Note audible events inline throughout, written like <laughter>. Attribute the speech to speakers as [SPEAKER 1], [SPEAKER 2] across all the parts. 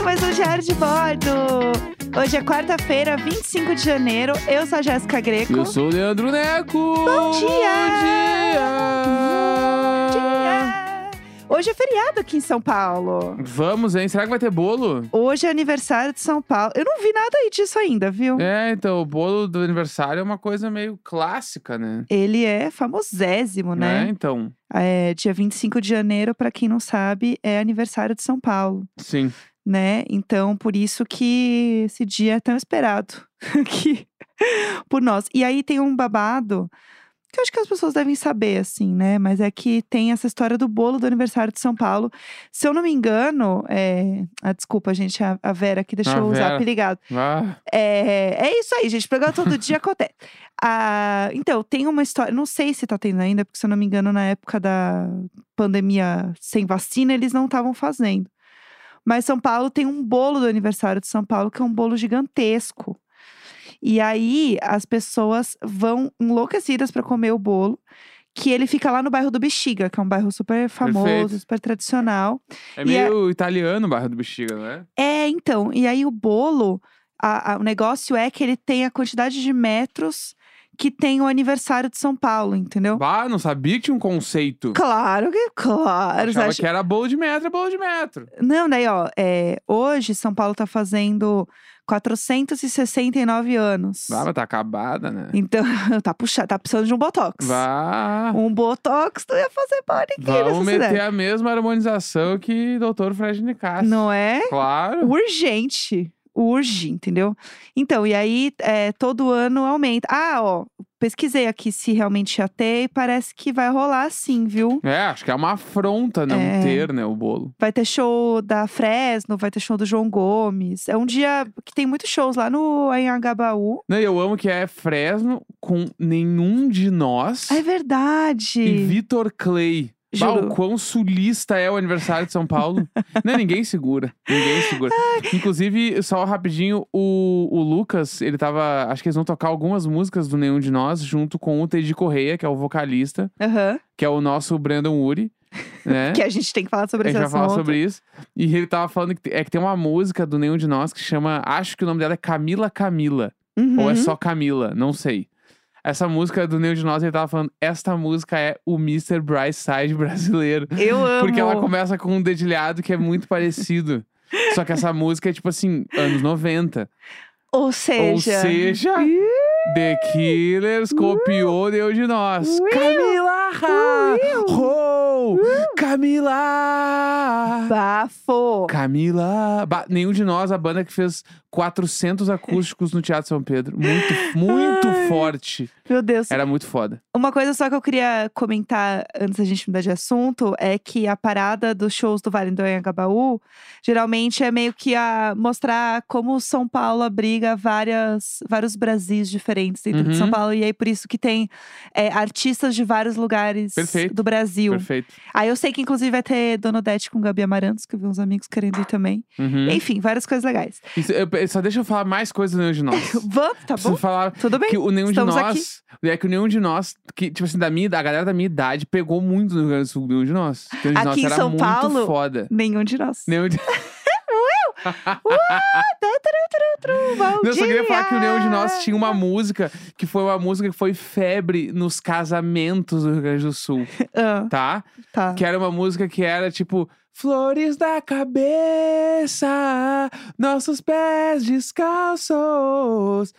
[SPEAKER 1] Mulher um de Bordo! Hoje é quarta-feira, 25 de janeiro. Eu sou a Jéssica Greco.
[SPEAKER 2] Eu sou o Leandro Neco! Bom Bom
[SPEAKER 1] dia!
[SPEAKER 2] dia!
[SPEAKER 1] Yeah! Hoje é feriado aqui em São Paulo.
[SPEAKER 2] Vamos, hein? Será que vai ter bolo?
[SPEAKER 1] Hoje é aniversário de São Paulo. Eu não vi nada aí disso ainda, viu?
[SPEAKER 2] É, então, o bolo do aniversário é uma coisa meio clássica, né?
[SPEAKER 1] Ele é famosésimo, né?
[SPEAKER 2] então,
[SPEAKER 1] É, dia 25 de janeiro, pra quem não sabe, é aniversário de São Paulo,
[SPEAKER 2] sim.
[SPEAKER 1] né? Então, por isso que esse dia é tão esperado <laughs> aqui por nós. E aí tem um babado que eu acho que as pessoas devem saber, assim, né? Mas é que tem essa história do bolo do aniversário de São Paulo. Se eu não me engano, é... ah, desculpa, gente, a, a Vera aqui deixou
[SPEAKER 2] A
[SPEAKER 1] eu usar
[SPEAKER 2] Vera.
[SPEAKER 1] apelidado.
[SPEAKER 2] Ah,
[SPEAKER 1] É, é isso aí, gente. Programa todo dia acontece. <laughs> Ah, então, tem uma história. Não sei se tá tendo ainda, porque se eu não me engano, na época da pandemia sem vacina, eles não estavam fazendo. Mas São Paulo tem um bolo do aniversário de São Paulo, que é um bolo gigantesco. E aí as pessoas vão enlouquecidas para comer o bolo, que ele fica lá no bairro do Bexiga, que é um bairro super famoso,
[SPEAKER 2] Perfeito.
[SPEAKER 1] super tradicional.
[SPEAKER 2] é
[SPEAKER 1] E
[SPEAKER 2] meio italiano o bairro do Bexiga, não é?
[SPEAKER 1] É, então, e aí o bolo, a- a- o negócio é que ele tem a quantidade de metros que tem o aniversário de São Paulo, entendeu?
[SPEAKER 2] Bah, não sabia que tinha um conceito.
[SPEAKER 1] Claro que, claro. você
[SPEAKER 2] Achava
[SPEAKER 1] acha-
[SPEAKER 2] que era bolo de metro, é bolo de metro.
[SPEAKER 1] Não, daí, ó, é, hoje São Paulo tá fazendo 469 anos.
[SPEAKER 2] Bah, mas tá acabada, né?
[SPEAKER 1] Então, <laughs> tá puxando, tá precisando de um Botox.
[SPEAKER 2] Vá.
[SPEAKER 1] Um Botox não ia fazer mal a
[SPEAKER 2] <laughs>
[SPEAKER 1] ninguém
[SPEAKER 2] Vamos
[SPEAKER 1] nessa cidade.
[SPEAKER 2] meter a mesma harmonização que Dr. Fred Nicasso.
[SPEAKER 1] Não é?
[SPEAKER 2] Claro.
[SPEAKER 1] urgente. Urge, entendeu? Então, e aí, é, todo ano aumenta. Ah, ó, pesquisei aqui se realmente ia ter e parece que vai rolar sim, viu?
[SPEAKER 2] É, acho que é uma afronta não
[SPEAKER 1] É.
[SPEAKER 2] ter, né, o bolo.
[SPEAKER 1] Vai ter show da Fresno, vai ter show do João Gomes. É um dia que tem muitos shows lá no Anhangabaú.
[SPEAKER 2] Não, e eu amo que é Fresno com nenhum de nós
[SPEAKER 1] Ah, É
[SPEAKER 2] e
[SPEAKER 1] verdade.
[SPEAKER 2] Vitor Clay. Bah, o
[SPEAKER 1] Juro.
[SPEAKER 2] quão sulista é o aniversário de São Paulo.
[SPEAKER 1] <laughs>
[SPEAKER 2] não, ninguém segura. Ninguém segura. Inclusive, só rapidinho, o, o Lucas, ele tava. Acho que eles vão tocar algumas músicas do Nenhum de Nós, junto com o Teddy Correia, que é o vocalista,
[SPEAKER 1] Aham.
[SPEAKER 2] que é o nosso Brandon Uri. Né?
[SPEAKER 1] <laughs> Que a gente tem que falar sobre
[SPEAKER 2] A gente vai
[SPEAKER 1] esse
[SPEAKER 2] falar
[SPEAKER 1] assunto.
[SPEAKER 2] sobre isso. E ele tava falando que te- é que tem uma música do Nenhum de Nós que chama. Acho que o nome dela é Camila Camila.
[SPEAKER 1] Uhum.
[SPEAKER 2] Ou é só Camila, não sei. Essa música do Nenhum de Nós, ele tava falando. Esta música é o Mr. Brightside <laughs> brasileiro.
[SPEAKER 1] Eu amo.
[SPEAKER 2] Porque ela começa com um dedilhado que é muito parecido. Só que essa música é tipo assim, anos 90.
[SPEAKER 1] Ou seja.
[SPEAKER 2] Ou seja, The Killers copiou Nenhum de Nós.
[SPEAKER 1] Will.
[SPEAKER 2] Camila!
[SPEAKER 1] Will.
[SPEAKER 2] Oh!
[SPEAKER 1] Tá
[SPEAKER 2] Camila!
[SPEAKER 1] Bafo.
[SPEAKER 2] Camila. Ba- nenhum de nós, a banda que fez 400 acústicos no Teatro São Pedro. Muito, muito
[SPEAKER 1] Ai.
[SPEAKER 2] forte.
[SPEAKER 1] Meu Deus.
[SPEAKER 2] Era muito foda.
[SPEAKER 1] Uma coisa só que eu queria comentar antes da gente mudar de assunto é que a parada dos shows do Vale do Anhangabaú geralmente é meio que a mostrar como São Paulo abriga várias, vários Brasis diferentes dentro de São
[SPEAKER 2] Uhum.
[SPEAKER 1] Paulo. E aí por isso que tem é, artistas de vários lugares
[SPEAKER 2] Perfeito.
[SPEAKER 1] do Brasil.
[SPEAKER 2] Perfeito.
[SPEAKER 1] Aí eu sei que inclusive vai ter Dona Odete com Gabi Amarantos, que eu vi uns amigos querendo ir também.
[SPEAKER 2] Uhum.
[SPEAKER 1] Enfim, várias coisas legais.
[SPEAKER 2] Isso- eu- eu- só deixa eu falar mais coisas do Nenhum de Nós.
[SPEAKER 1] Vamos, <laughs> tá
[SPEAKER 2] Preciso
[SPEAKER 1] bom?
[SPEAKER 2] falar
[SPEAKER 1] Tudo bem?
[SPEAKER 2] que o Nenhum
[SPEAKER 1] Estamos
[SPEAKER 2] de Nós... É que o Nenhum de Nós, que, tipo assim, da minha, da galera da minha idade, pegou muito no Rio Grande do Sul. o Nenhum de Nós. O Nenhum de
[SPEAKER 1] Aqui
[SPEAKER 2] Nós
[SPEAKER 1] em
[SPEAKER 2] era
[SPEAKER 1] São
[SPEAKER 2] muito
[SPEAKER 1] Paulo?
[SPEAKER 2] foda.
[SPEAKER 1] Nenhum de nós.
[SPEAKER 2] Nenhum de... Eu só queria falar que o Leão de Nós tinha uma música que foi uma música que foi febre nos casamentos do Rio Grande do Sul,
[SPEAKER 1] Ah,
[SPEAKER 2] tá?
[SPEAKER 1] tá.
[SPEAKER 2] Que era uma música que era tipo Flores da cabeça, nossos pés descalços,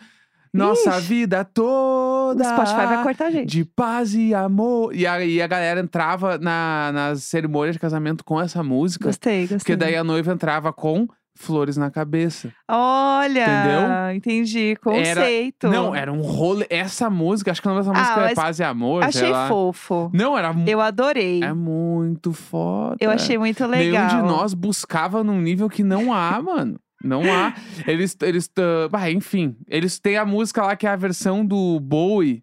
[SPEAKER 2] nossa
[SPEAKER 1] Ixi.
[SPEAKER 2] vida toda.
[SPEAKER 1] O Spotify vai cortar a gente.
[SPEAKER 2] De paz e amor. E a, e a galera entrava na, nas cerimônias de casamento com essa música.
[SPEAKER 1] Gostei, gostei.
[SPEAKER 2] Porque daí a noiva entrava com flores na cabeça.
[SPEAKER 1] Olha!
[SPEAKER 2] Entendeu?
[SPEAKER 1] Entendi. Conceito.
[SPEAKER 2] Não, era um rolê. Essa música, acho que o nome dessa
[SPEAKER 1] Ah,
[SPEAKER 2] música é
[SPEAKER 1] mas
[SPEAKER 2] Paz e Amor. sei
[SPEAKER 1] Achei
[SPEAKER 2] lá.
[SPEAKER 1] fofo.
[SPEAKER 2] Não, era mu-
[SPEAKER 1] Eu adorei.
[SPEAKER 2] Hum. É muito foda.
[SPEAKER 1] Eu achei muito legal.
[SPEAKER 2] Nenhum de nós buscava num nível que não
[SPEAKER 1] <laughs>
[SPEAKER 2] há, mano. Não há. Eles. eles ah, bah, enfim, eles têm a música lá que é a versão do Bowie.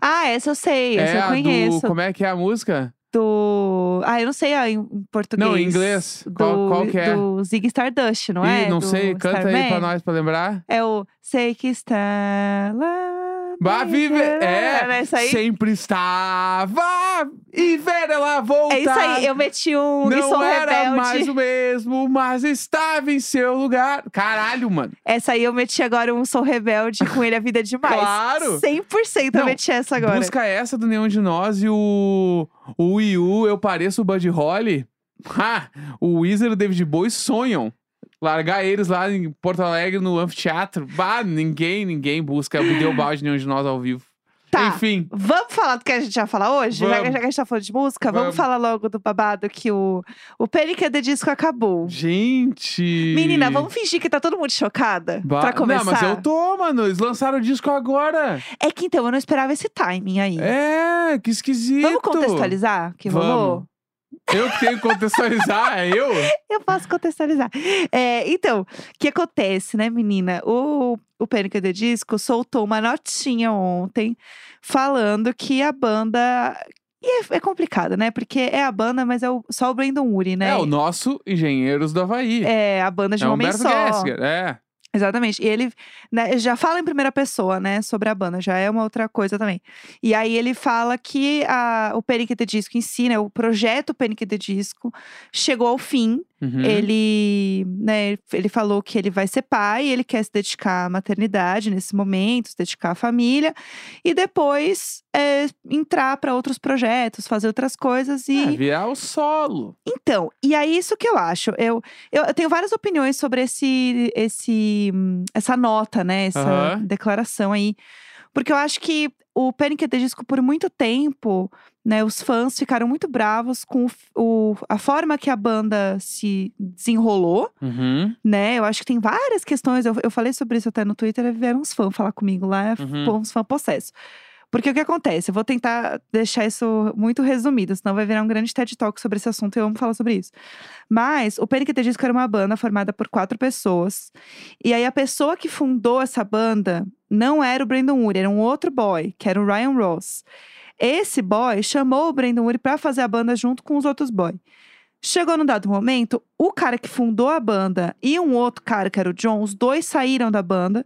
[SPEAKER 1] Ah, essa eu sei, essa
[SPEAKER 2] é
[SPEAKER 1] eu
[SPEAKER 2] a
[SPEAKER 1] conheço.
[SPEAKER 2] do. Como é que é a música?
[SPEAKER 1] Do. Ah, eu não sei ah, em em português.
[SPEAKER 2] Não, em inglês.
[SPEAKER 1] Do,
[SPEAKER 2] Qual- qual que é?
[SPEAKER 1] Do Zig Stardust, não é?
[SPEAKER 2] Ih, não
[SPEAKER 1] Do É
[SPEAKER 2] sei, canta aí
[SPEAKER 1] Starman.
[SPEAKER 2] pra nós pra lembrar.
[SPEAKER 1] É o Sei que está lá
[SPEAKER 2] Bah, vive... É,
[SPEAKER 1] Era essa aí?
[SPEAKER 2] sempre estava e ver ela voltar.
[SPEAKER 1] É isso aí, eu meti um
[SPEAKER 2] Não
[SPEAKER 1] Lição
[SPEAKER 2] era
[SPEAKER 1] Rebelde.
[SPEAKER 2] mais o mesmo, mas estava em seu lugar. Caralho, mano.
[SPEAKER 1] Essa aí eu meti agora um Sou Rebelde com ele a vida é demais.
[SPEAKER 2] Claro.
[SPEAKER 1] 100% eu
[SPEAKER 2] Não,
[SPEAKER 1] meti essa agora.
[SPEAKER 2] Busca essa do Nenhum de Nós e o, o Wii U, eu pareço o Buddy Holly. <laughs> Ha! O Weezer e o David Bowie sonham. Largar eles lá em Porto Alegre no anfiteatro. Bah, ninguém, ninguém busca. Deu balde nenhum de nós ao vivo.
[SPEAKER 1] Tá.
[SPEAKER 2] Enfim,
[SPEAKER 1] Vamos falar do que a gente vai falar hoje? Já-
[SPEAKER 2] Vamos.
[SPEAKER 1] Já, que a gente tá falando de música, vamos,
[SPEAKER 2] Vamos.
[SPEAKER 1] falar logo do babado que o, o Panic! de Disco acabou.
[SPEAKER 2] gente.
[SPEAKER 1] Menina, vamos fingir que tá todo mundo chocada?
[SPEAKER 2] Bah,
[SPEAKER 1] Pra começar.
[SPEAKER 2] Não, mas eu tô, mano. Eles lançaram o disco agora.
[SPEAKER 1] É que então, eu não esperava esse timing aí.
[SPEAKER 2] É, que esquisito.
[SPEAKER 1] Vamos contextualizar o que rolou?
[SPEAKER 2] Vamos. Eu que tenho que contextualizar, é eu?
[SPEAKER 1] Eu posso contextualizar. É, então, o que acontece, né, menina? O, o Pânico de Disco soltou uma notinha ontem falando que a banda. E é, é complicado, né? Porque é a banda, mas é o- só o Brandon Uri, <laughs> né?
[SPEAKER 2] É o nosso Engenheiros do Havaí.
[SPEAKER 1] É, a banda de
[SPEAKER 2] é
[SPEAKER 1] um homem
[SPEAKER 2] Humberto
[SPEAKER 1] só.
[SPEAKER 2] Gessinger, é.
[SPEAKER 1] Exatamente. E ele né, já fala em primeira pessoa, né, sobre a banda, já é uma outra coisa também. E aí ele fala que a, o Panic! at the Disco em si, né, o projeto Panic! at the Disco chegou ao fim.
[SPEAKER 2] Uhum.
[SPEAKER 1] Ele, né, ele falou que ele vai ser pai, ele quer se dedicar à maternidade nesse momento, se dedicar à família. E depois é, entrar para outros projetos, fazer outras coisas e…
[SPEAKER 2] É, virar o solo.
[SPEAKER 1] Então, e é isso que eu acho. Eu, eu, eu tenho várias opiniões sobre esse, esse, hum, essa nota, né? Essa
[SPEAKER 2] Aham.
[SPEAKER 1] declaração aí. Porque eu acho que o Panic! at the Disco, por muito tempo, né? Os fãs ficaram muito bravos com o f- o, a forma que a banda se desenrolou
[SPEAKER 2] Uhum.
[SPEAKER 1] né? Eu acho que tem várias questões. Eu, eu falei sobre isso até no Twitter, aí vieram uns fãs falar comigo lá,
[SPEAKER 2] Uhum.
[SPEAKER 1] pô, uns fãs possesso. Porque o que acontece? Eu vou tentar deixar isso muito resumido, senão vai virar um grande TED Talk sobre esse assunto e eu amo falar sobre isso. Mas o Panic! at the Disco era uma banda formada por quatro pessoas. E aí a pessoa que fundou essa banda não era o Brandon Urie, era um outro boy, que era o Ryan Ross. Esse boy chamou o Brandon Urie pra fazer a banda junto com os outros boys. Chegou num dado momento, o cara que fundou a banda e um outro cara, que era o John, os dois saíram da banda.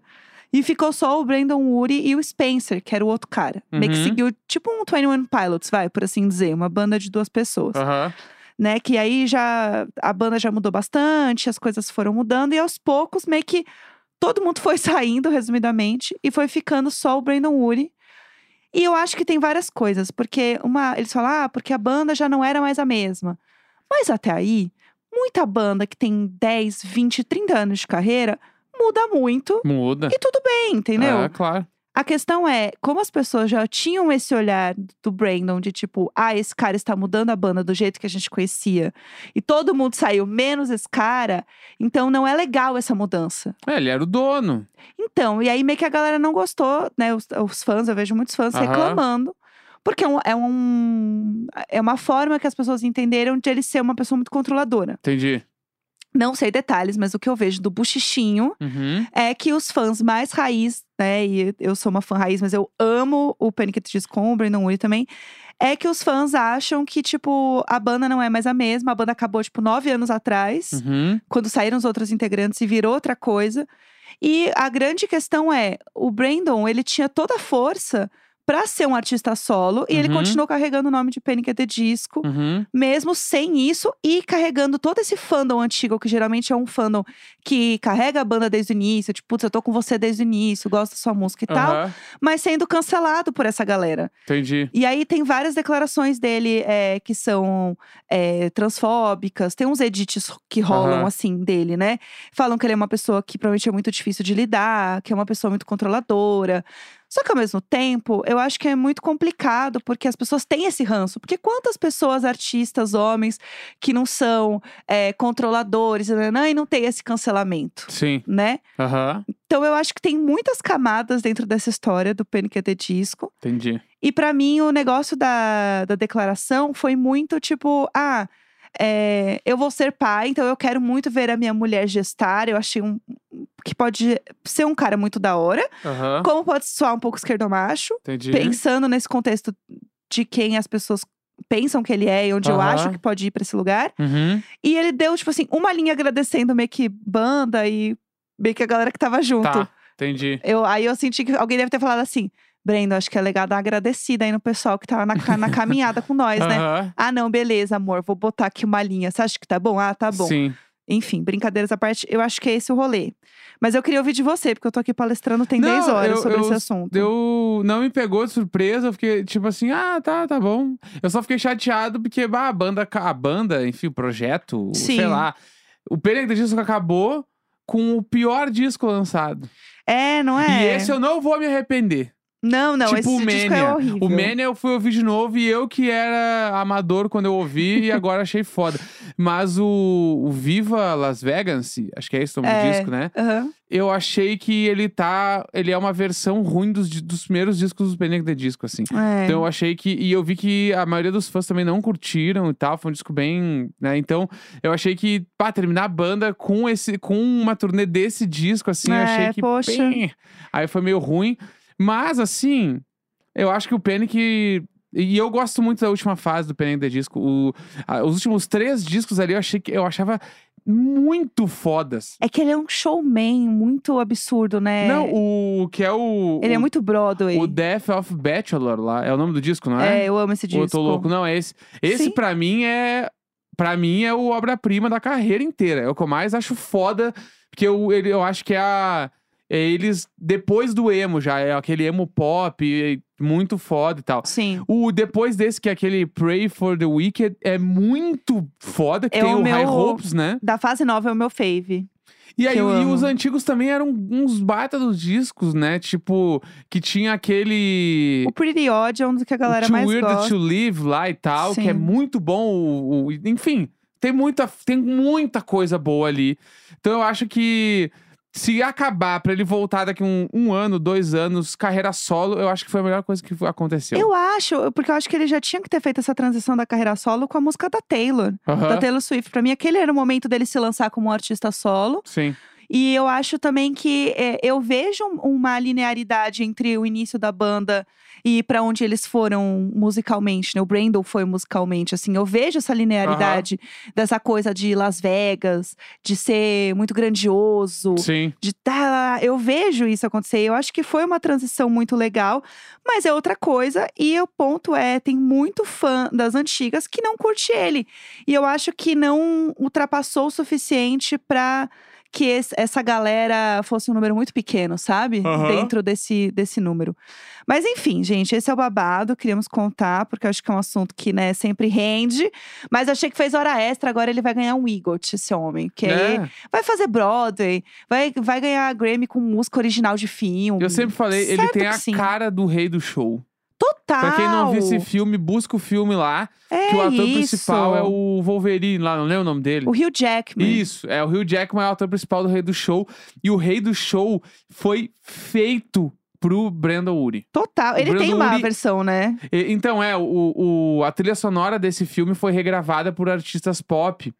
[SPEAKER 1] E ficou só o Brandon Urie e o Spencer, que era o outro cara. Meio que
[SPEAKER 2] Uhum.
[SPEAKER 1] seguiu tipo um 21 Pilots, vai, por assim dizer. Uma banda de duas pessoas
[SPEAKER 2] Aham.
[SPEAKER 1] né? Que aí já a banda já mudou bastante, as coisas foram mudando e aos poucos meio que todo mundo <laughs> foi saindo, resumidamente, e foi ficando só o Brandon Urie. E eu acho que tem várias coisas, porque uma, eles falam, ah, porque a banda já não era mais a mesma. Mas até aí, muita banda que tem 10, 20, 30 anos de carreira muda muito
[SPEAKER 2] Muda.
[SPEAKER 1] e tudo bem, entendeu?
[SPEAKER 2] Ah, claro.
[SPEAKER 1] A questão é, como as pessoas já tinham esse olhar do Brandon de tipo, ah, esse cara está mudando a banda do jeito que a gente conhecia, e todo mundo saiu menos esse cara, então não é legal essa mudança.
[SPEAKER 2] É, ele era o dono.
[SPEAKER 1] Então, e aí meio que a galera não gostou, né? Os, os fãs, eu vejo muitos fãs
[SPEAKER 2] Aham.
[SPEAKER 1] reclamando. Porque é, um, é, um- é uma forma que as pessoas entenderam de ele ser uma pessoa muito controladora.
[SPEAKER 2] Entendi.
[SPEAKER 1] Não sei detalhes, mas o que eu vejo do Buchichinho
[SPEAKER 2] Uhum.
[SPEAKER 1] é que os fãs mais raiz, né? E eu sou uma fã raiz, mas eu amo o Panic! at the Disco com o Brandon Urie também. É que os fãs acham que, tipo, a banda não é mais a mesma. A banda acabou, tipo, nove anos atrás,
[SPEAKER 2] Uhum.
[SPEAKER 1] quando saíram os outros integrantes e virou outra coisa. E a grande questão é, o Brandon, ele tinha toda a força pra ser um artista solo. E ele
[SPEAKER 2] Uhum.
[SPEAKER 1] continuou carregando o nome de Panic! at the Disco
[SPEAKER 2] Uhum.
[SPEAKER 1] mesmo sem isso e carregando todo esse fandom antigo, que geralmente é um fandom que carrega a banda desde o início, tipo, putz, eu tô com você desde o início, gosto da sua música e tal,
[SPEAKER 2] Aham.
[SPEAKER 1] mas sendo cancelado por essa galera.
[SPEAKER 2] Entendi.
[SPEAKER 1] E aí tem várias declarações dele é, que são é, transfóbicas, tem uns edits que rolam,
[SPEAKER 2] Aham.
[SPEAKER 1] assim, dele, né? Falam que ele é uma pessoa que provavelmente é muito difícil de lidar, que é uma pessoa muito controladora. Só que ao mesmo tempo, eu acho que é muito complicado, porque as pessoas têm esse ranço. Porque quantas pessoas, artistas, homens, que não são é, controladores nananã, e não têm esse cancelamento,
[SPEAKER 2] Sim.
[SPEAKER 1] né?
[SPEAKER 2] Aham.
[SPEAKER 1] Então eu acho que tem muitas camadas dentro dessa história do Panic! at the Disco.
[SPEAKER 2] Entendi.
[SPEAKER 1] E pra mim, o negócio da, da declaração foi muito tipo: ah, é, eu vou ser pai, então eu quero muito ver a minha mulher gestar. Eu achei um. Que pode ser um cara muito da hora,
[SPEAKER 2] Aham.
[SPEAKER 1] como pode soar um pouco esquerdomacho,
[SPEAKER 2] Entendi.
[SPEAKER 1] pensando nesse contexto de quem as pessoas pensam que ele é e onde eu
[SPEAKER 2] Aham.
[SPEAKER 1] acho que pode ir pra esse lugar.
[SPEAKER 2] Uhum.
[SPEAKER 1] E ele deu, tipo assim, uma linha agradecendo meio que banda e meio que a galera que tava junto.
[SPEAKER 2] Tá. Entendi.
[SPEAKER 1] Eu, aí eu senti que alguém deve ter falado assim: Brenda, acho que é legal dar uma agradecida aí no pessoal que tá na, ca- na caminhada com nós, né?
[SPEAKER 2] Aham,
[SPEAKER 1] Ah, não, beleza, amor, vou botar aqui uma linha. Você acha que tá bom? Ah, tá bom.
[SPEAKER 2] Sim.
[SPEAKER 1] Enfim, brincadeiras à parte, eu acho que é esse o rolê. Mas eu queria ouvir de você, porque eu tô aqui palestrando tem
[SPEAKER 2] Não,
[SPEAKER 1] 10 horas
[SPEAKER 2] eu-
[SPEAKER 1] sobre
[SPEAKER 2] eu-
[SPEAKER 1] esse assunto.
[SPEAKER 2] Eu não me pegou de surpresa, eu fiquei tipo assim, ah, tá, tá bom. Eu só fiquei chateado porque bah, a banda, ca- a banda, enfim, o projeto, o-
[SPEAKER 1] Sim.
[SPEAKER 2] sei lá. O período disco acabou com o pior disco lançado.
[SPEAKER 1] É, não é?
[SPEAKER 2] E esse eu não vou me arrepender.
[SPEAKER 1] Não, não,
[SPEAKER 2] tipo
[SPEAKER 1] esse
[SPEAKER 2] o
[SPEAKER 1] disco é
[SPEAKER 2] Mania.
[SPEAKER 1] horrível.
[SPEAKER 2] O Mania eu fui ouvir de novo e eu que era amador quando eu ouvi
[SPEAKER 1] <laughs>
[SPEAKER 2] e agora achei foda. Mas o, o Viva Las Vegas, acho que é esse o nome
[SPEAKER 1] É.
[SPEAKER 2] do disco, né?
[SPEAKER 1] Aham.
[SPEAKER 2] eu achei que ele tá. Ele é uma versão ruim dos, di- dos primeiros discos do Panic! The Disco, assim.
[SPEAKER 1] É.
[SPEAKER 2] Então eu achei que. E eu vi que a maioria dos fãs também não curtiram e tal. Foi um disco bem. né? Então, eu achei que, pá, terminar a banda com esse com uma turnê desse disco, assim,
[SPEAKER 1] É,
[SPEAKER 2] eu achei que.
[SPEAKER 1] poxa.
[SPEAKER 2] bem, Aí foi meio ruim. Mas, assim, eu acho que o Panic. E eu gosto muito da última fase do Panic! The Disco. O- a- os últimos três discos ali eu achei que eu achava muito fodas.
[SPEAKER 1] É que ele é um showman muito absurdo, né?
[SPEAKER 2] Não, o que é o.
[SPEAKER 1] Ele
[SPEAKER 2] o,
[SPEAKER 1] é muito Broadway.
[SPEAKER 2] O Death of Bachelor lá. É o nome do disco, não é?
[SPEAKER 1] É, eu amo esse
[SPEAKER 2] Ou
[SPEAKER 1] disco.
[SPEAKER 2] eu tô louco? Não, é esse. Esse,
[SPEAKER 1] Sim.
[SPEAKER 2] pra mim, é. Pra mim, é o obra-prima da carreira inteira. É o que eu mais acho foda. Porque eu, ele, eu acho que é a. é eles, depois do emo já, é aquele emo pop, é muito foda e tal.
[SPEAKER 1] Sim.
[SPEAKER 2] O depois desse, que é aquele Pray for the Wicked, é muito foda, que
[SPEAKER 1] É
[SPEAKER 2] tem
[SPEAKER 1] o
[SPEAKER 2] o High
[SPEAKER 1] meu-
[SPEAKER 2] Hopes, né?
[SPEAKER 1] Da fase nova é o meu fave.
[SPEAKER 2] E aí,
[SPEAKER 1] eu
[SPEAKER 2] e
[SPEAKER 1] amo.
[SPEAKER 2] os antigos também eram uns baita dos discos, né? Tipo, que tinha aquele.
[SPEAKER 1] O Pretty Odd é um dos que a galera
[SPEAKER 2] Too
[SPEAKER 1] mais
[SPEAKER 2] Weird
[SPEAKER 1] gosta.
[SPEAKER 2] to Live lá e tal, que é
[SPEAKER 1] Sim.
[SPEAKER 2] muito bom. o- o- enfim, tem muita, tem muita coisa boa ali. Então eu acho que se acabar pra ele voltar daqui um, um ano, dois anos, carreira solo, eu acho que foi a melhor coisa que aconteceu.
[SPEAKER 1] Eu acho, porque eu acho que ele já tinha que ter feito essa transição da carreira solo com a música da Taylor.
[SPEAKER 2] Aham,
[SPEAKER 1] Da Taylor Swift. Pra mim, aquele era o momento dele se lançar como um artista solo.
[SPEAKER 2] Sim.
[SPEAKER 1] E eu acho também que é, eu vejo um- uma linearidade entre o início da banda e pra onde eles foram musicalmente, né? O Brandon foi musicalmente, assim. Eu vejo essa linearidade dessa coisa de Las Vegas, de ser muito grandioso.
[SPEAKER 2] Sim.
[SPEAKER 1] De tá, eu vejo isso acontecer. Eu acho que foi uma transição muito legal, mas é outra coisa. E o ponto é: tem muito fã das antigas que não curte ele. E eu acho que não ultrapassou o suficiente pra que es- essa galera fosse um número muito pequeno, sabe?
[SPEAKER 2] Aham.
[SPEAKER 1] Dentro desse, desse número. Mas enfim, gente, esse é o babado. Queríamos contar, porque eu acho que é um assunto que né, sempre rende. Mas eu achei que fez hora extra, agora ele vai ganhar um Igot, esse homem. Que aí
[SPEAKER 2] Né?
[SPEAKER 1] Vai fazer Broadway, vai, vai ganhar Grammy com música original de filme.
[SPEAKER 2] Eu sempre falei, ele
[SPEAKER 1] Certo
[SPEAKER 2] tem
[SPEAKER 1] que
[SPEAKER 2] a
[SPEAKER 1] sim.
[SPEAKER 2] cara do rei do show.
[SPEAKER 1] Total!
[SPEAKER 2] Pra quem não viu esse filme, busca o filme lá.
[SPEAKER 1] é
[SPEAKER 2] que o ator
[SPEAKER 1] isso.
[SPEAKER 2] principal é o Wolverine lá, não lembro o nome dele.
[SPEAKER 1] O Hugh Jackman.
[SPEAKER 2] Isso, é o Hugh Jackman é o ator principal do Rei do Show. E o Rei do Show foi feito pro Brandon Uri.
[SPEAKER 1] Total.
[SPEAKER 2] O
[SPEAKER 1] Ele tem
[SPEAKER 2] Brandon
[SPEAKER 1] uma
[SPEAKER 2] Uri-
[SPEAKER 1] versão, né?
[SPEAKER 2] E- então, é, o, o- a trilha sonora desse filme foi regravada por artistas pop.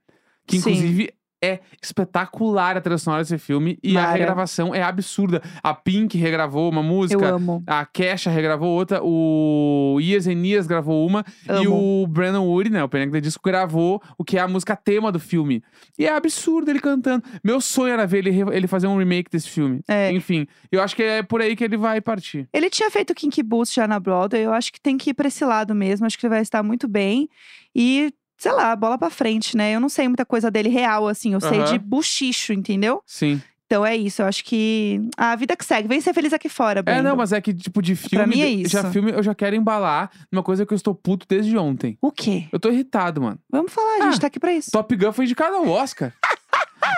[SPEAKER 2] Que,
[SPEAKER 1] Sim.
[SPEAKER 2] inclusive, é espetacular a trilha sonora desse filme. E a
[SPEAKER 1] Mara.
[SPEAKER 2] regravação é absurda. A Pink regravou uma
[SPEAKER 1] Eu
[SPEAKER 2] música.
[SPEAKER 1] amo.
[SPEAKER 2] A Kesha regravou outra, o Ias Enias gravou uma, e
[SPEAKER 1] Amo.
[SPEAKER 2] o Brandon Uri, né, o Panic! The Disco, gravou o que é a música tema do filme. E é absurdo ele cantando. Meu sonho era ver ele, re- ele fazer um remake desse filme.
[SPEAKER 1] É.
[SPEAKER 2] Enfim, eu acho que é por aí que ele vai partir.
[SPEAKER 1] Ele tinha feito Kinky Boots já na Broadway. Eu acho que tem que ir pra esse lado mesmo. Acho que ele vai estar muito bem. E, sei lá, bola pra frente, né? Eu não sei muita coisa dele real, assim. Eu sei
[SPEAKER 2] Aham.
[SPEAKER 1] de buchicho, entendeu?
[SPEAKER 2] Sim.
[SPEAKER 1] Então é isso. Eu acho que ah, a vida que segue. Vem ser feliz aqui fora,
[SPEAKER 2] É,
[SPEAKER 1] Brandon.
[SPEAKER 2] não, mas é que, tipo, de filme.
[SPEAKER 1] mim é
[SPEAKER 2] de- Já
[SPEAKER 1] isso.
[SPEAKER 2] filme, eu já quero embalar numa coisa que eu estou puto desde ontem.
[SPEAKER 1] O quê?
[SPEAKER 2] Eu tô irritado, mano.
[SPEAKER 1] Vamos falar, a gente
[SPEAKER 2] Ah,
[SPEAKER 1] tá aqui pra isso.
[SPEAKER 2] Top Gun foi indicado ao Oscar.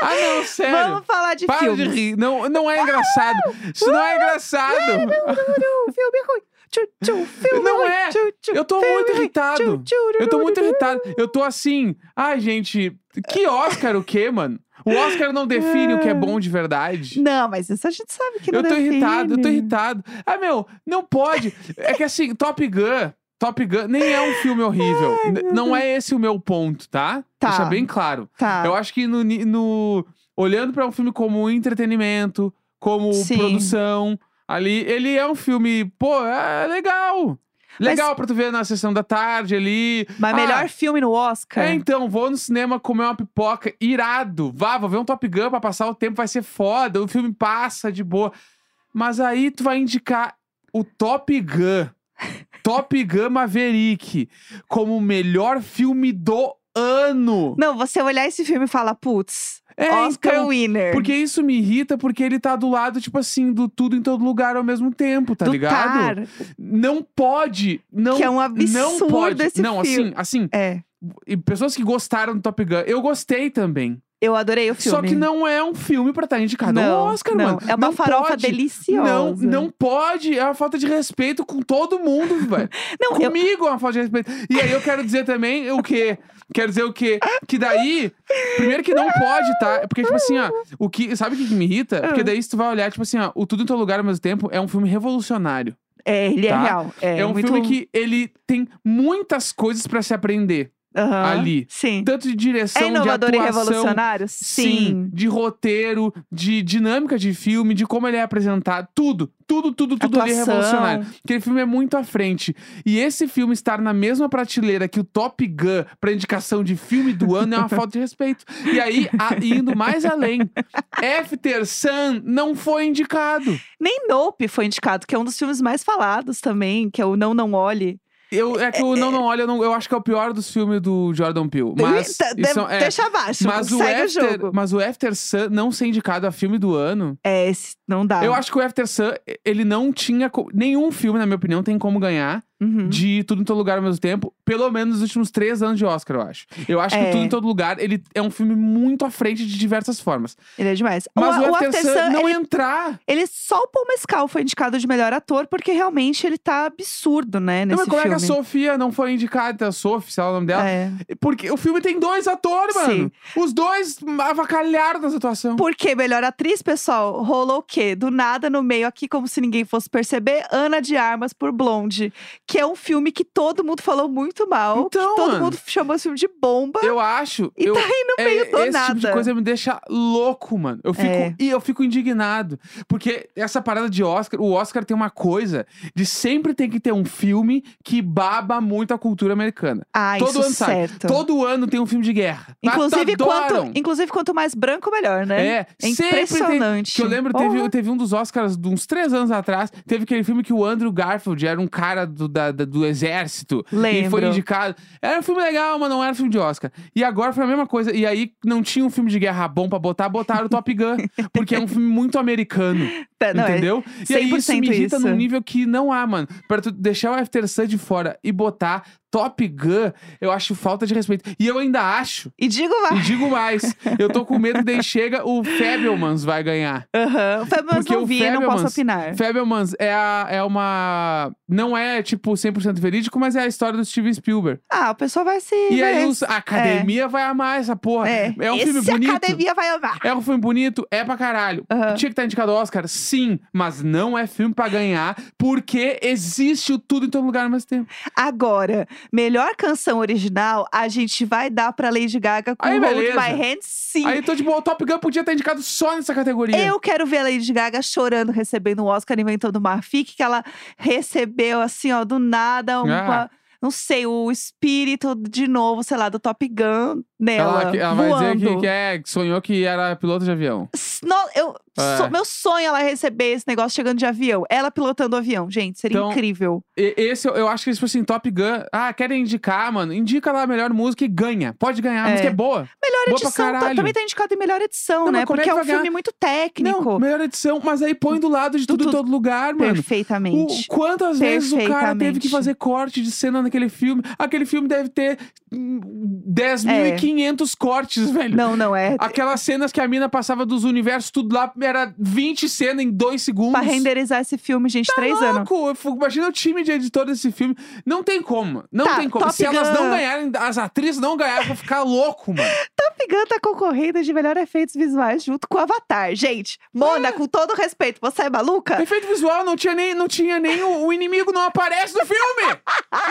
[SPEAKER 2] ah, não, sério.
[SPEAKER 1] Vamos falar de
[SPEAKER 2] Para
[SPEAKER 1] filme.
[SPEAKER 2] de rir. Não, não é engraçado. Isso não é
[SPEAKER 1] <laughs>
[SPEAKER 2] engraçado.
[SPEAKER 1] um filme ruim. Tchu, tchu, filme
[SPEAKER 2] Não
[SPEAKER 1] ruim.
[SPEAKER 2] é.
[SPEAKER 1] Tchu, tchu,
[SPEAKER 2] Eu tô
[SPEAKER 1] filme
[SPEAKER 2] muito
[SPEAKER 1] ruim.
[SPEAKER 2] irritado.
[SPEAKER 1] Tchu, tchu,
[SPEAKER 2] Eu tô muito
[SPEAKER 1] tchu, tchu.
[SPEAKER 2] irritado. Eu tô assim. Ai, gente, que Oscar o quê, mano? O Oscar não define o que é bom de verdade.
[SPEAKER 1] Não, mas isso a gente sabe Ah. que não é
[SPEAKER 2] Eu tô
[SPEAKER 1] define.
[SPEAKER 2] irritado, eu tô irritado. Ah, meu, não pode. É que assim, Top Gun. Top Gun nem é um filme horrível. N- não é esse o meu ponto, tá?
[SPEAKER 1] Tá.
[SPEAKER 2] Deixa bem claro.
[SPEAKER 1] Tá.
[SPEAKER 2] Eu acho que no, ni- no- olhando pra um filme como entretenimento, como
[SPEAKER 1] Sim.
[SPEAKER 2] produção, ali ele é um filme, pô, é legal.
[SPEAKER 1] Mas-
[SPEAKER 2] Legal pra tu ver na sessão da tarde ali.
[SPEAKER 1] Mas
[SPEAKER 2] Ah,
[SPEAKER 1] melhor filme no Oscar.
[SPEAKER 2] É, então, vou no cinema comer uma pipoca, irado. Vá, vou ver um Top Gun pra passar o tempo, vai ser foda. O filme passa de boa. Mas aí tu vai indicar o Top
[SPEAKER 1] <laughs>
[SPEAKER 2] Gun. Top Gun Maverick como o melhor filme do ano.
[SPEAKER 1] Não, você olhar esse filme e falar, putz,
[SPEAKER 2] É,
[SPEAKER 1] Oscar
[SPEAKER 2] então,
[SPEAKER 1] winner.
[SPEAKER 2] porque isso me irrita, porque ele tá do lado, tipo assim, do tudo em todo lugar ao mesmo tempo, tá
[SPEAKER 1] do
[SPEAKER 2] ligado?
[SPEAKER 1] Tar,
[SPEAKER 2] Não pode, não
[SPEAKER 1] que é um
[SPEAKER 2] não
[SPEAKER 1] absurdo
[SPEAKER 2] pode.
[SPEAKER 1] esse
[SPEAKER 2] não,
[SPEAKER 1] filme.
[SPEAKER 2] assim, assim,
[SPEAKER 1] É,
[SPEAKER 2] e pessoas que gostaram do Top Gun, eu gostei também.
[SPEAKER 1] eu adorei o filme.
[SPEAKER 2] Só que não é um filme pra estar indicado ao
[SPEAKER 1] Não,
[SPEAKER 2] Oscar,
[SPEAKER 1] não.
[SPEAKER 2] mano.
[SPEAKER 1] É uma
[SPEAKER 2] não
[SPEAKER 1] farofa
[SPEAKER 2] pode. Não,
[SPEAKER 1] deliciosa.
[SPEAKER 2] não pode. É uma falta de respeito com todo mundo, velho.
[SPEAKER 1] Não, eu-
[SPEAKER 2] Comigo é uma falta de respeito. E aí eu quero dizer também o quê? Quero dizer o quê? Que daí, primeiro que não pode, tá? Porque, tipo assim, ó, o que. Sabe o que que me irrita? Porque
[SPEAKER 1] Ah.
[SPEAKER 2] daí, se tu vai olhar, tipo assim, ó, o Tudo em Todo Lugar ao mesmo tempo é um filme revolucionário.
[SPEAKER 1] É, ele
[SPEAKER 2] Tá?
[SPEAKER 1] é real. É,
[SPEAKER 2] É, um
[SPEAKER 1] muito...
[SPEAKER 2] filme que ele tem muitas coisas pra se aprender.
[SPEAKER 1] Aham,
[SPEAKER 2] ali.
[SPEAKER 1] Sim.
[SPEAKER 2] Tanto de direção,
[SPEAKER 1] É inovador
[SPEAKER 2] de
[SPEAKER 1] e
[SPEAKER 2] atuação,
[SPEAKER 1] revolucionário? Sim.
[SPEAKER 2] de roteiro, de dinâmica de filme, de como ele é apresentado, tudo, tudo, tudo, tudo ali é
[SPEAKER 1] Atuação.
[SPEAKER 2] revolucionário. Aquele filme é muito à frente. E esse filme estar na mesma prateleira que o Top Gun pra indicação de filme do ano é uma falta de respeito. E aí, a- indo mais além, After Sun não foi indicado.
[SPEAKER 1] Nem Nope foi indicado, que é um dos filmes mais falados também, que é o Não Não Olhe.
[SPEAKER 2] Eu, é que o Não Não Olha, eu, não- eu acho que é o pior dos filmes do Jordan Peele. Mas,
[SPEAKER 1] Tá,
[SPEAKER 2] isso
[SPEAKER 1] de-
[SPEAKER 2] é-
[SPEAKER 1] Deixa abaixo,
[SPEAKER 2] mas o
[SPEAKER 1] segue o
[SPEAKER 2] After,
[SPEAKER 1] jogo.
[SPEAKER 2] mas o After Sun não ser indicado a filme do ano...
[SPEAKER 1] É, esse não dá.
[SPEAKER 2] Eu acho que o After Sun, ele não tinha. co- Nenhum filme, na minha opinião, tem como ganhar
[SPEAKER 1] Uhum.
[SPEAKER 2] de Tudo em Todo Lugar ao mesmo tempo, pelo menos nos últimos três anos de Oscar, eu acho. Eu acho que
[SPEAKER 1] É.
[SPEAKER 2] Tudo em Todo Lugar, ele é um filme muito à frente de diversas formas.
[SPEAKER 1] Ele é demais.
[SPEAKER 2] Mas o, After, Sun
[SPEAKER 1] Sun,
[SPEAKER 2] não é-
[SPEAKER 1] ele,
[SPEAKER 2] entrar.
[SPEAKER 1] ele- só o Paul Mescal foi indicado de melhor ator, porque realmente ele tá absurdo, né,
[SPEAKER 2] Não,
[SPEAKER 1] nesse
[SPEAKER 2] mas como é que
[SPEAKER 1] filme.
[SPEAKER 2] a Sofia não foi indicada? Sophie, sei lá o nome dela.
[SPEAKER 1] É.
[SPEAKER 2] Porque o filme tem dois atores, mano. Os dois avacalharam nessa atuação.
[SPEAKER 1] Porque melhor atriz, pessoal, rolou o quê? Do nada no meio aqui, como se ninguém fosse perceber, Ana de Armas por Blonde, que é um filme que todo mundo falou muito mal,
[SPEAKER 2] Então,
[SPEAKER 1] que todo
[SPEAKER 2] mano.
[SPEAKER 1] mundo chamou esse filme de bomba.
[SPEAKER 2] Eu acho.
[SPEAKER 1] E
[SPEAKER 2] eu,
[SPEAKER 1] tá aí no
[SPEAKER 2] É,
[SPEAKER 1] meio do
[SPEAKER 2] esse
[SPEAKER 1] nada.
[SPEAKER 2] tipo de coisa me deixa louco, mano. Eu fico,
[SPEAKER 1] É.
[SPEAKER 2] e eu fico indignado. Porque essa parada de Oscar, o Oscar tem uma coisa de sempre tem que ter um filme que baba muito a cultura americana.
[SPEAKER 1] Ah,
[SPEAKER 2] Todo
[SPEAKER 1] isso
[SPEAKER 2] ano sai.
[SPEAKER 1] certo.
[SPEAKER 2] Todo ano tem um filme de guerra. Mas tá
[SPEAKER 1] Inclusive,
[SPEAKER 2] adoram.
[SPEAKER 1] quanto, inclusive, quanto mais branco, melhor, né?
[SPEAKER 2] É,
[SPEAKER 1] É
[SPEAKER 2] sempre tem.
[SPEAKER 1] impressionante. Oh,
[SPEAKER 2] Que eu lembro, teve,
[SPEAKER 1] Porra.
[SPEAKER 2] teve um dos Oscars de uns três anos atrás, teve aquele filme que o Andrew Garfield era um cara do, da- da- do exército e foi
[SPEAKER 1] Lembro.
[SPEAKER 2] indicado. Era um filme legal, mas não era um filme de Oscar. E agora foi a mesma coisa. E aí não tinha um filme de guerra bom pra botar, botaram o Top
[SPEAKER 1] <laughs>
[SPEAKER 2] Gun, porque é um filme muito americano.
[SPEAKER 1] Tá, não, é-
[SPEAKER 2] entendeu? E aí isso me
[SPEAKER 1] 100%
[SPEAKER 2] irrita
[SPEAKER 1] isso.
[SPEAKER 2] num nível que não há, mano. Pra tu deixar o After Sun de fora e botar Top Gun, eu acho falta de respeito. E eu ainda acho.
[SPEAKER 1] E digo
[SPEAKER 2] <laughs>
[SPEAKER 1] <laughs>
[SPEAKER 2] E
[SPEAKER 1] mais.
[SPEAKER 2] digo mais, eu tô com medo que daí chega o Febelmans vai ganhar.
[SPEAKER 1] Aham. Foi, mas
[SPEAKER 2] Porque
[SPEAKER 1] não
[SPEAKER 2] o
[SPEAKER 1] vi, não posso
[SPEAKER 2] Fabelmans-
[SPEAKER 1] opinar.
[SPEAKER 2] Fabelmans é, a- é uma. Não é, tipo, 100% verídico, mas é a história do Steven Spielberg.
[SPEAKER 1] Ah, o pessoal vai se.
[SPEAKER 2] E
[SPEAKER 1] vai-
[SPEAKER 2] aí os- a academia vai amar essa porra.
[SPEAKER 1] né? É,
[SPEAKER 2] um
[SPEAKER 1] Esse
[SPEAKER 2] filme bonito.
[SPEAKER 1] academia vai amar.
[SPEAKER 2] É um filme bonito? É pra caralho.
[SPEAKER 1] Aham.
[SPEAKER 2] Tinha que estar indicado ao Oscar? Sim, mas não é filme pra ganhar, porque existe o tudo em todo lugar ao mesmo tempo.
[SPEAKER 1] Agora, melhor canção original, a gente vai dar pra Lady Gaga com
[SPEAKER 2] Aí,
[SPEAKER 1] Hold
[SPEAKER 2] beleza.
[SPEAKER 1] My Hand, sim.
[SPEAKER 2] Aí tô de boa, o Top Gun podia estar indicado só nessa categoria.
[SPEAKER 1] Eu quero ver a Lady Gaga chorando, recebendo o Oscar, inventando uma fic que ela recebeu, assim, ó, do nada, uma.
[SPEAKER 2] Ah.
[SPEAKER 1] Não sei, o espírito de novo, sei lá, do Top Gun nela.
[SPEAKER 2] Ela, ela vai
[SPEAKER 1] voando.
[SPEAKER 2] dizer que, que é, que sonhou que era piloto de avião.
[SPEAKER 1] S- no- eu,
[SPEAKER 2] É.
[SPEAKER 1] so- meu sonho é ela receber esse negócio chegando de avião. Ela pilotando o avião, gente, seria
[SPEAKER 2] Então,
[SPEAKER 1] incrível.
[SPEAKER 2] E- esse, eu, eu acho que, tipo assim, Top Gun. Ah, querem indicar, mano? Indica lá a melhor música e ganha. Pode ganhar, a
[SPEAKER 1] É.
[SPEAKER 2] música é boa. Boa
[SPEAKER 1] Melhor
[SPEAKER 2] pra
[SPEAKER 1] edição tá-
[SPEAKER 2] caralho.
[SPEAKER 1] também tá indicado em melhor edição,
[SPEAKER 2] Não,
[SPEAKER 1] né?
[SPEAKER 2] mas como é
[SPEAKER 1] Porque
[SPEAKER 2] que
[SPEAKER 1] é um
[SPEAKER 2] vai ganhar?
[SPEAKER 1] filme muito técnico.
[SPEAKER 2] Não, melhor edição, mas aí põe do lado de
[SPEAKER 1] Do
[SPEAKER 2] tudo em
[SPEAKER 1] tudo.
[SPEAKER 2] todo lugar, mano. O-
[SPEAKER 1] Perfeitamente.
[SPEAKER 2] quantas vezes o cara teve que
[SPEAKER 1] Perfeitamente.
[SPEAKER 2] fazer corte de cena naquele filme? Aquele filme deve ter hum, 10.500 cortes, velho.
[SPEAKER 1] É. Não, não é.
[SPEAKER 2] Aquelas cenas que a mina passava dos universos, tudo lá, era 20 cenas em 2 segundos.
[SPEAKER 1] Pra renderizar esse filme, gente, três anos.
[SPEAKER 2] Tá Louco, eu fico- imagina o time de editor desse filme. Não tem como, não
[SPEAKER 1] Tá,
[SPEAKER 2] tem como.
[SPEAKER 1] Top
[SPEAKER 2] Se elas
[SPEAKER 1] Gun.
[SPEAKER 2] não ganharem, as atrizes não ganharem, eu vou ficar louco, mano.
[SPEAKER 1] Top Gun tá concorrendo de melhor efeitos visuais junto com Avatar. Gente,
[SPEAKER 2] Ah.
[SPEAKER 1] Mona, com todo respeito, você é maluca?
[SPEAKER 2] Efeito visual, não tinha nem, não tinha nem o, o inimigo, não aparece no filme!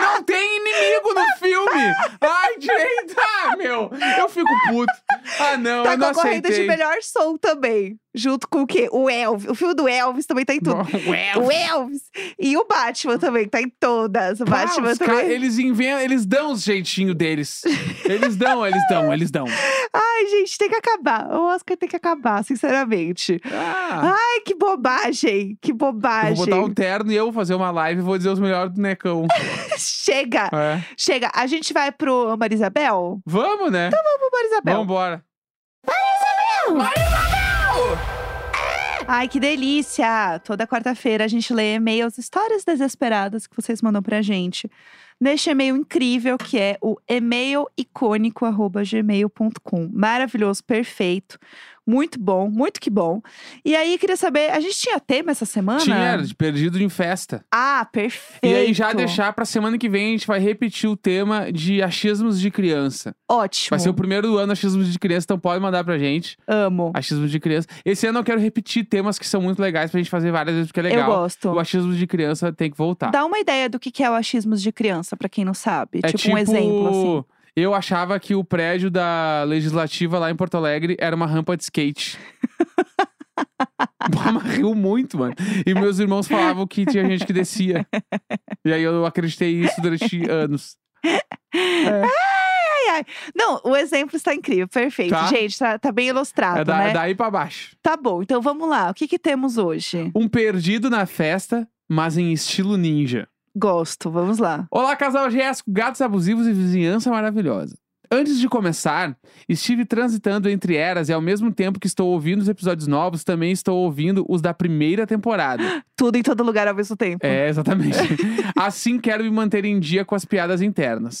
[SPEAKER 2] Não tem inimigo no filme! Ai, gente, ah, meu! Eu fico puto. Ah, não,
[SPEAKER 1] tá
[SPEAKER 2] eu não
[SPEAKER 1] concorrendo
[SPEAKER 2] aceitei.
[SPEAKER 1] de melhor som também. também. Junto com o quê? O Elvis. O filme do Elvis também tá em tudo.
[SPEAKER 2] Ué,
[SPEAKER 1] O Elvis. E o Batman também, que tá em todas. O
[SPEAKER 2] pá,
[SPEAKER 1] Batman
[SPEAKER 2] os cara-
[SPEAKER 1] também.
[SPEAKER 2] eles inventam, eles dão os jeitinho deles. Eles dão, eles dão, eles dão.
[SPEAKER 1] Ai, gente, tem que acabar. O Oscar tem que acabar, sinceramente.
[SPEAKER 2] Ah,
[SPEAKER 1] Ai, que bobagem. Que
[SPEAKER 2] eu
[SPEAKER 1] bobagem.
[SPEAKER 2] vou botar um terno e eu vou fazer uma live e vou dizer os melhores do Necão.
[SPEAKER 1] <laughs> Chega,
[SPEAKER 2] É.
[SPEAKER 1] chega. A gente vai pro Marisabel?
[SPEAKER 2] Vamos, né?
[SPEAKER 1] Vamos, Marisabel.
[SPEAKER 2] Vambora.
[SPEAKER 1] Ai, que delícia! Toda quarta-feira a gente lê e-mails, histórias desesperadas que vocês mandam pra gente. Neste e-mail incrível que é o e-mailicônico.gmail.com. Maravilhoso, perfeito. Muito bom, muito que bom. E aí, queria saber, a gente tinha tema essa semana?
[SPEAKER 2] Tinha de perdido em festa.
[SPEAKER 1] Ah, perfeito.
[SPEAKER 2] E aí, já deixar pra semana que vem, a gente vai repetir o tema de achismos de criança.
[SPEAKER 1] Ótimo.
[SPEAKER 2] Vai ser um o primeiro do ano achismos de criança, então pode mandar pra gente.
[SPEAKER 1] Amo.
[SPEAKER 2] Achismos de criança. Esse ano eu quero repetir temas que são muito legais pra gente fazer várias vezes, porque é
[SPEAKER 1] Eu
[SPEAKER 2] legal.
[SPEAKER 1] gosto.
[SPEAKER 2] O achismo de criança tem que voltar.
[SPEAKER 1] Dá uma ideia do que que é o achismos de criança, pra quem não sabe.
[SPEAKER 2] é
[SPEAKER 1] tipo, um exemplo, assim.
[SPEAKER 2] Eu achava que o prédio da legislativa lá em Porto Alegre era uma rampa de
[SPEAKER 1] <laughs>
[SPEAKER 2] skate. Bah, mas riu muito, mano. E meus irmãos falavam que tinha gente que
[SPEAKER 1] <laughs>
[SPEAKER 2] descia. E aí eu acreditei isso durante anos.
[SPEAKER 1] Não, o exemplo está incrível, perfeito.
[SPEAKER 2] Tá.
[SPEAKER 1] Gente, tá, tá bem ilustrado,
[SPEAKER 2] é da-
[SPEAKER 1] né?
[SPEAKER 2] daí pra baixo.
[SPEAKER 1] Tá bom, então vamos lá. O que que temos hoje?
[SPEAKER 2] Um perdido na festa, mas em estilo ninja.
[SPEAKER 1] Gosto, vamos lá.
[SPEAKER 2] Olá, casal Jéssico, gatos abusivos e vizinhança maravilhosa. Antes de começar, estive transitando entre eras e ao mesmo tempo que estou ouvindo os episódios novos, também estou ouvindo os da primeira temporada.
[SPEAKER 1] Tudo em todo lugar ao mesmo tempo.
[SPEAKER 2] É, exatamente. Assim quero me manter em dia com as piadas internas.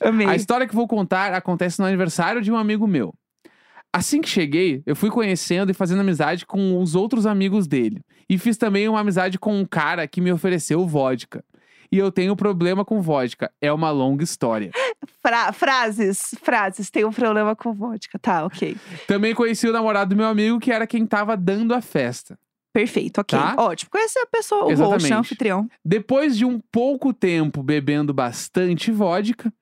[SPEAKER 1] Amei.
[SPEAKER 2] A história que vou contar acontece no aniversário de um amigo meu. Assim que cheguei, eu fui conhecendo e fazendo amizade com os outros amigos dele. E fiz também uma amizade com um cara que me ofereceu vodka. E eu tenho problema com vodka. É uma longa história.
[SPEAKER 1] Fra- frases, frases. Tem um problema com vodka. Tá, ok.
[SPEAKER 2] Também conheci o namorado do meu amigo, que era quem tava dando a festa.
[SPEAKER 1] Perfeito, ok.
[SPEAKER 2] Tá.
[SPEAKER 1] Ótimo. Conhecer a pessoa, o host,
[SPEAKER 2] Exatamente.
[SPEAKER 1] né, o anfitrião.
[SPEAKER 2] Depois de um pouco tempo bebendo bastante vodka,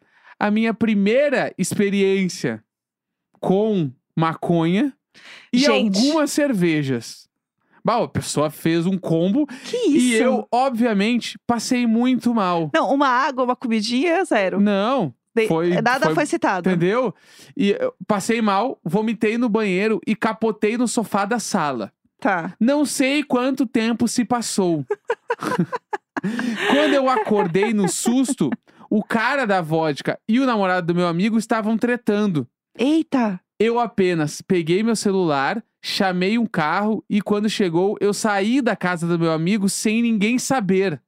[SPEAKER 2] a minha primeira experiência com maconha e
[SPEAKER 1] Gente.
[SPEAKER 2] algumas cervejas. Bah, a pessoa fez um combo
[SPEAKER 1] Que isso?
[SPEAKER 2] e eu, obviamente, passei muito mal.
[SPEAKER 1] Não, uma água, uma comidinha, zero.
[SPEAKER 2] Não,
[SPEAKER 1] De-
[SPEAKER 2] foi-
[SPEAKER 1] Nada
[SPEAKER 2] foi-
[SPEAKER 1] foi, citado.
[SPEAKER 2] entendeu? E eu passei mal, vomitei no banheiro e capotei no sofá da sala.
[SPEAKER 1] Tá.
[SPEAKER 2] Não sei quanto tempo se passou. Quando eu acordei no susto, o cara da vodka e o namorado do meu amigo estavam tretando.
[SPEAKER 1] Eita.
[SPEAKER 2] Eu apenas peguei meu celular, chamei um carro e quando chegou, eu saí da casa do meu amigo sem ninguém saber.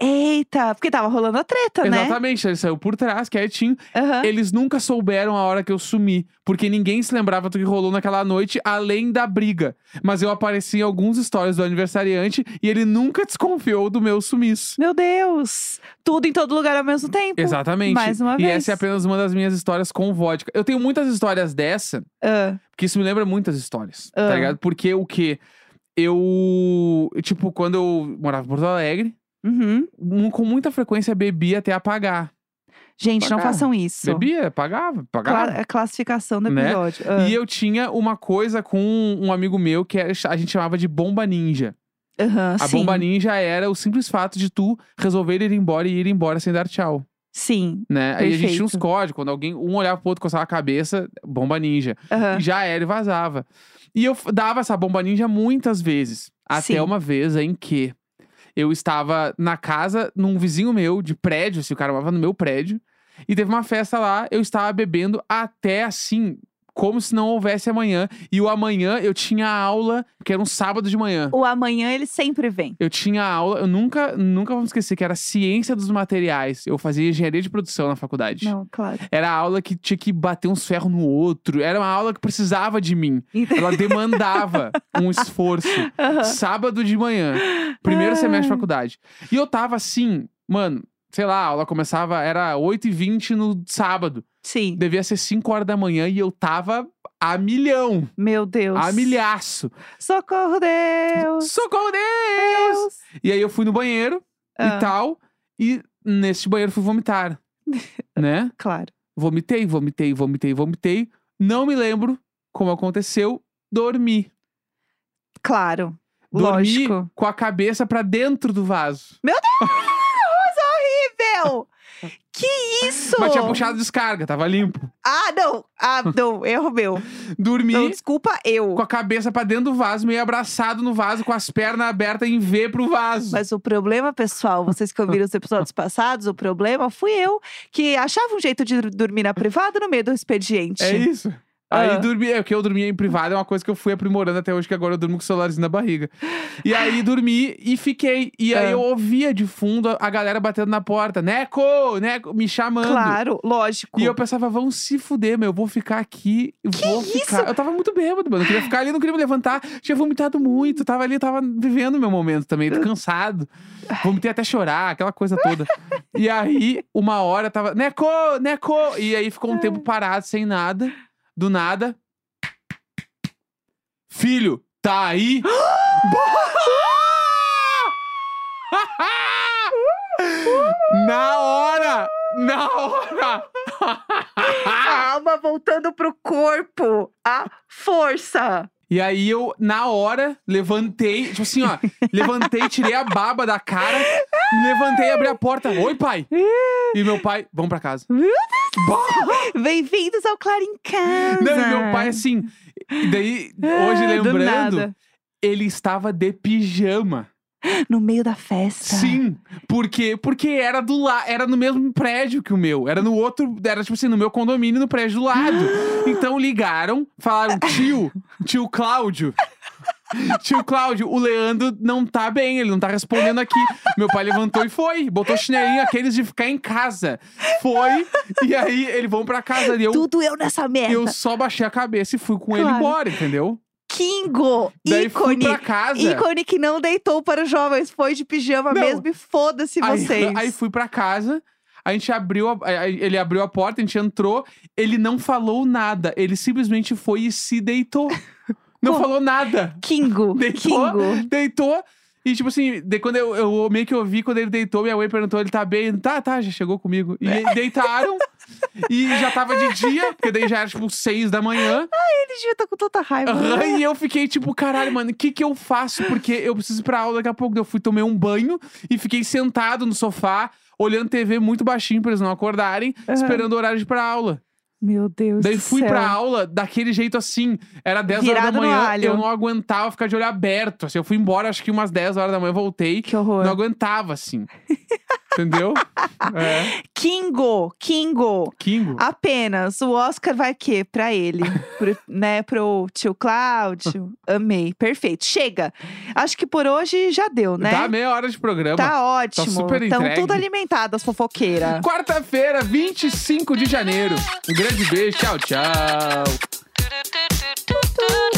[SPEAKER 1] Eita. Porque tava rolando a treta, né?
[SPEAKER 2] Exatamente, ele saiu por trás, quietinho.
[SPEAKER 1] Aham.
[SPEAKER 2] Eles nunca souberam a hora que eu sumi, porque ninguém se lembrava do que rolou naquela noite, além da briga. Mas eu apareci em alguns stories do aniversariante e ele nunca desconfiou do meu sumiço.
[SPEAKER 1] Meu Deus. Tudo em todo lugar ao mesmo tempo.
[SPEAKER 2] Exatamente.
[SPEAKER 1] Mais uma
[SPEAKER 2] e
[SPEAKER 1] vez.
[SPEAKER 2] essa é apenas uma das minhas histórias com vodka. Eu tenho muitas histórias dessa,
[SPEAKER 1] Ah,
[SPEAKER 2] porque isso me lembra muitas histórias,
[SPEAKER 1] Ah.
[SPEAKER 2] tá ligado? Porque o quê? Eu, tipo, quando eu morava em Porto Alegre,
[SPEAKER 1] uhum.
[SPEAKER 2] mu- com muita frequência bebia até apagar.
[SPEAKER 1] Gente, não
[SPEAKER 2] Pagar.
[SPEAKER 1] façam isso.
[SPEAKER 2] Bebia, pagava, pagava.
[SPEAKER 1] Cla- a classificação do
[SPEAKER 2] Né?
[SPEAKER 1] episódio. Ah,
[SPEAKER 2] E eu tinha uma coisa com um amigo meu que era- a gente chamava de bomba ninja.
[SPEAKER 1] aham,
[SPEAKER 2] A
[SPEAKER 1] sim.
[SPEAKER 2] bomba ninja era o simples fato de tu resolver ir embora e ir embora sem dar tchau,
[SPEAKER 1] Sim.
[SPEAKER 2] né? Aí a gente tinha uns
[SPEAKER 1] Perfeito.
[SPEAKER 2] códigos, quando alguém um olhava pro outro, coçava a cabeça, bomba ninja.
[SPEAKER 1] aham.
[SPEAKER 2] E já era e vazava. E eu f- dava essa bomba ninja muitas vezes. Até
[SPEAKER 1] Sim.
[SPEAKER 2] uma vez em que eu estava na casa num vizinho meu de prédio, se o cara morava no meu prédio, e teve uma festa lá, eu estava bebendo até assim, como se não houvesse amanhã. E o amanhã eu tinha aula, que era um sábado de manhã.
[SPEAKER 1] O amanhã ele sempre vem.
[SPEAKER 2] Eu tinha aula, eu nunca, nunca vou me esquecer, que era ciência dos materiais. Eu fazia engenharia de produção na faculdade.
[SPEAKER 1] Não, claro.
[SPEAKER 2] Era a aula que tinha que bater uns ferros no outro. Era uma aula que precisava de mim.
[SPEAKER 1] <laughs> Então-
[SPEAKER 2] Ela demandava um esforço.
[SPEAKER 1] <laughs> Aham.
[SPEAKER 2] Sábado de manhã, primeiro semestre de
[SPEAKER 1] Ai.
[SPEAKER 2] faculdade. E eu tava assim, mano, sei lá, a aula começava, era 8h20 no sábado.
[SPEAKER 1] Sim.
[SPEAKER 2] Devia ser 5 horas da manhã e eu tava a milhão,
[SPEAKER 1] Meu Deus.
[SPEAKER 2] a milhaço.
[SPEAKER 1] Socorro, Deus.
[SPEAKER 2] Socorro, Deus! E aí eu fui no banheiro
[SPEAKER 1] Ah,
[SPEAKER 2] e tal, e nesse banheiro fui
[SPEAKER 1] <laughs>
[SPEAKER 2] vomitar, né?
[SPEAKER 1] Claro.
[SPEAKER 2] Vomitei, vomitei, vomitei, vomitei. Não me lembro como aconteceu. dormir.
[SPEAKER 1] Claro. Lógico.
[SPEAKER 2] Dormir com a cabeça pra dentro do vaso.
[SPEAKER 1] Meu! <laughs> Que isso?
[SPEAKER 2] Mas tinha puxado descarga, tava limpo.
[SPEAKER 1] Ah, não! Ah, não, erro meu.
[SPEAKER 2] Dormir
[SPEAKER 1] Não, desculpa, eu.
[SPEAKER 2] com a cabeça pra dentro do vaso, meio abraçado no vaso, com as pernas abertas em V pro vaso.
[SPEAKER 1] Mas o problema, pessoal, vocês que ouviram
[SPEAKER 2] <laughs>
[SPEAKER 1] os episódios passados, o problema fui eu que achava um jeito de dormir na privada no meio do expediente.
[SPEAKER 2] É isso. Aí
[SPEAKER 1] Ah.
[SPEAKER 2] dormia, é, o que eu dormia em privado é uma coisa que eu fui aprimorando até hoje, que agora eu durmo com o celularzinho na barriga. E
[SPEAKER 1] <gasps>
[SPEAKER 2] aí dormi e fiquei. E aí
[SPEAKER 1] Ah.
[SPEAKER 2] eu ouvia de fundo a- a galera batendo na porta. Neco! Neco! Me chamando.
[SPEAKER 1] Claro, lógico.
[SPEAKER 2] E eu pensava, vão se fuder, meu. Eu vou ficar aqui. vou
[SPEAKER 1] isso?
[SPEAKER 2] ficar. Eu tava muito bêbado, mano. Eu queria ficar ali, não queria me levantar. Tinha vomitado muito. Tava ali, tava vivendo meu momento também. Tô cansado. Vomitei até chorar, aquela coisa toda. e aí, uma hora tava. Neco! Neco! E aí ficou um tempo parado, sem nada. Do nada. Filho, tá aí? <laughs> na hora! Na hora!
[SPEAKER 1] A alma voltando pro corpo. A força.
[SPEAKER 2] E aí eu, na hora, levantei, tipo assim, ó, levantei, tirei a baba da cara, me levantei e abri a porta. Oi, pai! E meu pai, vamos pra casa. Bah!
[SPEAKER 1] Bem-vindos ao Claro em Casa.
[SPEAKER 2] Não, e meu pai, assim, e daí, hoje
[SPEAKER 1] Ah, do
[SPEAKER 2] lembrando,
[SPEAKER 1] nada.
[SPEAKER 2] ele estava de pijama.
[SPEAKER 1] No meio da festa.
[SPEAKER 2] Sim, porque porque era do la, era no mesmo prédio que o meu, era no outro, era tipo assim, no meu condomínio, no prédio do lado.
[SPEAKER 1] <gasps>
[SPEAKER 2] Então ligaram, falaram: "Tio, tio Cláudio, Tio Cláudio, o Leandro não tá bem, ele não tá respondendo aqui. Meu pai levantou e foi, botou chinelinho aqueles de ficar em casa. Foi, e aí eles vão pra casa. E eu,
[SPEAKER 1] Tudo eu nessa merda.
[SPEAKER 2] eu só baixei a cabeça e fui com ele
[SPEAKER 1] Claro.
[SPEAKER 2] embora, entendeu?
[SPEAKER 1] Kingo,
[SPEAKER 2] Daí fui
[SPEAKER 1] ícone.
[SPEAKER 2] pra casa.
[SPEAKER 1] Ícone que não deitou para os jovens, foi de pijama
[SPEAKER 2] Não.
[SPEAKER 1] mesmo e foda-se
[SPEAKER 2] Aí-
[SPEAKER 1] vocês.
[SPEAKER 2] Aí, fui pra casa, a gente abriu, a- a- ele abriu a porta, a gente entrou, ele não falou nada, ele simplesmente foi e se
[SPEAKER 1] <laughs>
[SPEAKER 2] deitou. Não
[SPEAKER 1] Pô.
[SPEAKER 2] falou nada.
[SPEAKER 1] Kingo,
[SPEAKER 2] <laughs> Deitou,
[SPEAKER 1] Kingo.
[SPEAKER 2] deitou. E, tipo assim, de, quando eu, eu meio que ouvi, quando ele deitou, minha mãe perguntou, ele tá bem? Tá, tá, já chegou comigo. E
[SPEAKER 1] <laughs>
[SPEAKER 2] aí deitaram. e já tava de dia, porque daí já era, tipo, seis da manhã.
[SPEAKER 1] Ele devia estar com tanta raiva.
[SPEAKER 2] Aham, e eu fiquei, tipo, caralho, mano, o que que eu faço? Porque eu preciso ir pra aula daqui a pouco. Daí Eu fui, tomei um banho e fiquei sentado no sofá, olhando TV muito baixinho pra eles não acordarem,
[SPEAKER 1] Aham.
[SPEAKER 2] esperando o horário de ir pra aula.
[SPEAKER 1] Meu Deus
[SPEAKER 2] Daí
[SPEAKER 1] do
[SPEAKER 2] fui
[SPEAKER 1] céu.
[SPEAKER 2] pra aula daquele jeito assim. Era 10 horas
[SPEAKER 1] Virado
[SPEAKER 2] da
[SPEAKER 1] no
[SPEAKER 2] manhã,
[SPEAKER 1] alho.
[SPEAKER 2] eu não aguentava ficar de olho aberto. Assim, eu fui embora, acho que umas 10 horas da manhã, voltei.
[SPEAKER 1] Que horror.
[SPEAKER 2] Não aguentava,
[SPEAKER 1] <laughs>
[SPEAKER 2] assim. Entendeu? É.
[SPEAKER 1] Kingo, Kingo.
[SPEAKER 2] Kingo.
[SPEAKER 1] Apenas. O Oscar vai quê? Pra ele. Pro,
[SPEAKER 2] <laughs>
[SPEAKER 1] né? Pro tio Cláudio. Amei. Perfeito. Chega. Acho que por hoje já deu, né?
[SPEAKER 2] Tá meia hora de programa.
[SPEAKER 1] Tá ótimo.
[SPEAKER 2] super
[SPEAKER 1] Estão
[SPEAKER 2] entregue.
[SPEAKER 1] tudo alimentadas, fofoqueira.
[SPEAKER 2] Quarta-feira, 25 de janeiro. Um grande beijo. Tchau, tchau.
[SPEAKER 3] do do do do do